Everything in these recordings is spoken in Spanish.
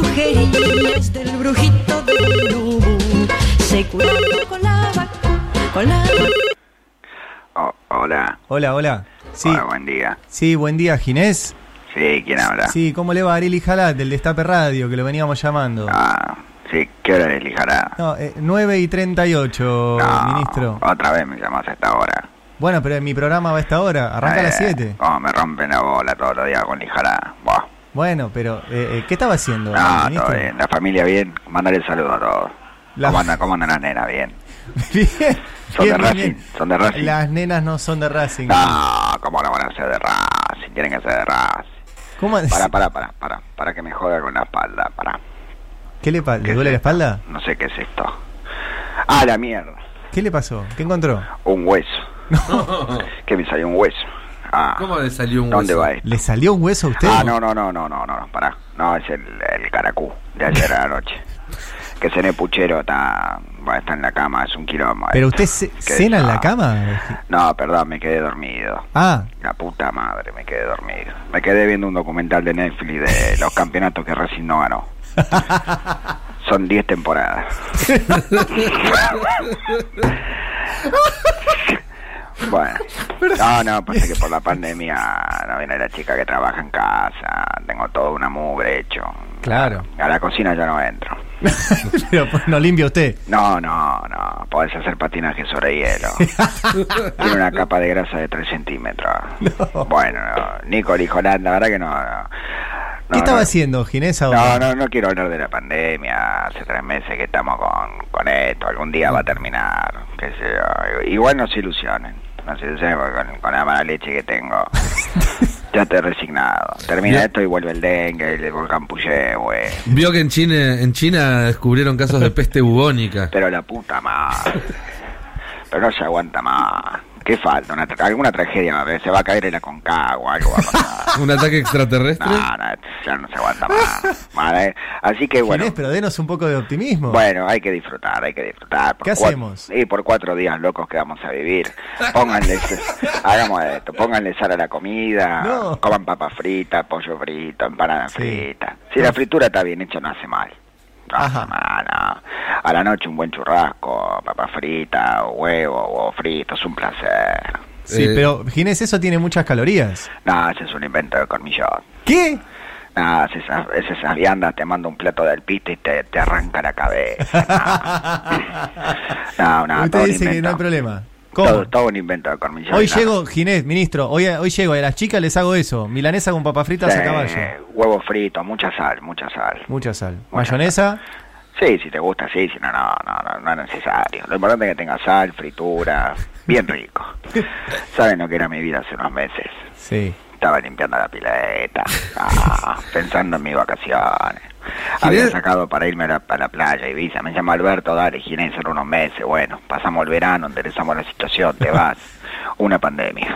brujerías del brujito de Urubú. Se curaron con la vacuna, con la Oh, hola. Hola, hola. Sí, Hola, buen Ah. día. sí, buen día, Ginés. Sí, ¿quién habla? Sí, ¿cómo le va Ariel Jalat del Destape Radio, que lo veníamos llamando? Ah, sí, ¿qué hora es lijarada? No, eh, 9 y 38, ministro. Otra vez me llamás a esta hora. Bueno, pero mi programa va a esta hora, arranca a las Eh, 7. Cómo me rompen la bola todos los días con lijarada. Buah. Bueno, pero eh, eh, ¿qué estaba haciendo, No, ministro? todo bien. La familia bien. Mandale el saludo a todos. La- ¿Cómo, andan, ¿Cómo andan las nenas? Bien. Bien, Son de bien, bien, Racing, bien. son de Racing. Las nenas no son de Racing. No, ¿cómo no van a ser de Racing? Tienen que ser de Racing. ¿Cómo? Para, para, para, para. Para que me joda con la espalda. Para. ¿Qué le pasa? ¿Le duele la espalda? No sé qué es esto. Ah, la mierda. ¿Qué le pasó? ¿Qué encontró? Un hueso. Que me salió un hueso. Ah. ¿Cómo le salió un ¿Dónde hueso? va esto? ¿Le salió un hueso a usted? Ah, no, no, no, no, no, no, no, pará. No, es el, el caracú de ayer a la noche. Que cené puchero, está, bueno, está en la cama, es un quilombo. ¿Pero esto. usted se- Qué cena en la desastre. cama? No, perdón, me quedé dormido. Ah, La puta madre, me quedé dormido. Me quedé viendo un documental de Netflix de los campeonatos que Racing no ganó. Son 10 temporadas. bueno, no, no, pasa que por la pandemia no viene la chica que trabaja en casa. Tengo todo una mugre hecho. claro. A la cocina ya no entro. pero pues, no limpia usted. No, no, no. Podés hacer patinaje sobre hielo. Tiene una capa de grasa de 3 centímetros. Bueno, no. Nico Lijolán, la verdad que no. no. ¿Qué No, estaba no. haciendo Ginés No, ahora? no, no quiero hablar de la pandemia. Hace tres meses que estamos con, con esto. Algún día va a terminar. Qué sé yo. Igual no se ilusionen. No se ilusionen porque con, con la mala leche que tengo. ya estoy resignado. Termina esto y vuelve el dengue, el volcán Puyé, güey. Vio que en China, en China descubrieron casos de peste bubónica. Pero la puta madre. Pero no se aguanta más. ¿Qué falta? Una tra- alguna tragedia va a haber. Se va a caer en la concagua, algo va a pasar. ¿Un ataque extraterrestre? No, no, ya no se aguanta más. Vale. Así que bueno. Ginés, pero denos un poco de optimismo. Bueno, hay que disfrutar, hay que disfrutar. Por Ah. ¿Qué cua- hacemos? Y por cuatro días locos que vamos a vivir. Pónganle, hagamos esto, pónganle sal a la comida, No. coman papa frita, pollo frito, empanada Sí. frita. Si la fritura está bien hecha, no hace mal. No hace Ajá. mal, no. A la noche un buen churrasco, papa frita, huevo, huevo frito, es un placer. sí, eh. pero Ginés, eso tiene muchas calorías. No, ese es un invento de cormillón. ¿Qué? No, es esas, es esas viandas, te manda un plato del pito y te, te arranca la cabeza. No, no, no todo usted un dice que invento. no hay problema. ¿Cómo? Todo, todo un invento de cormillón. hoy no. llego, Ginés, ministro, hoy, hoy llego y a las chicas les hago eso. Milanesa con papas fritas Sí, a caballo. Huevo frito, mucha sal, mucha sal. Mucha sal. Mucha Mayonesa. Sí, si te gusta, sí, si no, no, no, no, no es necesario. Lo importante es que tenga sal, fritura, bien rico. ¿Saben lo que era mi vida hace unos meses? Sí. Estaba limpiando la pileta, ah, pensando en mis vacaciones. Había Ginés- sacado para irme a la, a la playa Ibiza. Me llama Alberto, dale, Ginés, en unos meses. Bueno, pasamos el verano, enderezamos la situación, te vas. Una pandemia.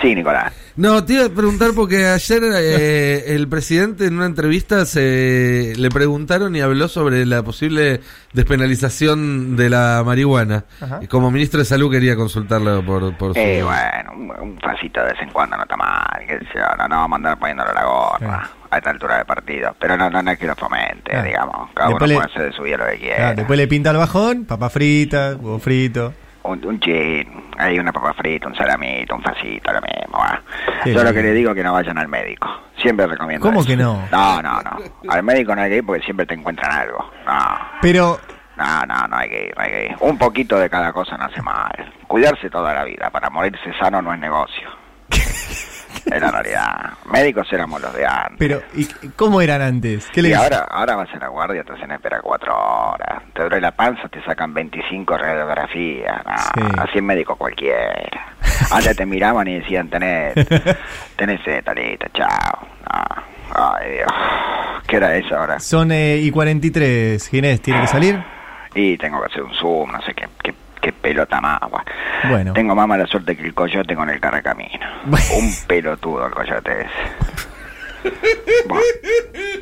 Sí, Nicolás. No, te iba a preguntar porque ayer eh, el presidente en una entrevista se le preguntaron y habló sobre la posible despenalización de la marihuana. Ajá. Y como ministro de Salud quería consultarlo por, por su... Eh, bueno, un, un pasito de vez en cuando no está mal, qué sé yo, no, no vamos a andar poniéndole la gorra a esta altura de partido. Pero no, no, no es que lo fomente, Ah. digamos. Cada Después uno le- puede hacer de su vida lo que quiera. Ah, después le pinta el bajón, papas fritas, huevo frito. Un, un chin, hay una papa frita, un salamito, un facito, lo mismo. va. Qué Yo lo lindo. que le digo es que no vayan al médico. Siempre recomiendo ¿Cómo eso. que no? No, no, no. Al médico no hay que ir porque siempre te encuentran algo. No. Pero, No, no, no hay que ir, no hay que ir. Un poquito de cada cosa no hace mal. Cuidarse toda la vida, para morirse sano no es negocio. es la realidad. Médicos éramos los de antes. pero, ¿y cómo eran antes? ¿Qué y le dice? ahora, ahora vas a la guardia, te hacen esperar cuatro horas. Te duele la panza, te sacan 25 radiografías. No, Sí. Así es médico cualquiera. Antes te miraban y decían, tenés, tenés esta, listo, chao. No. Ay, Dios. ¿Qué era eso ahora? Son eh, y 43, Ginés, ¿tiene que salir? Y tengo que hacer un zoom, no sé qué, qué, qué pelota más. guau. Bueno. Tengo más mala suerte que el coyote con el carracamino. Bueno. un pelotudo el coyote ese. Buah.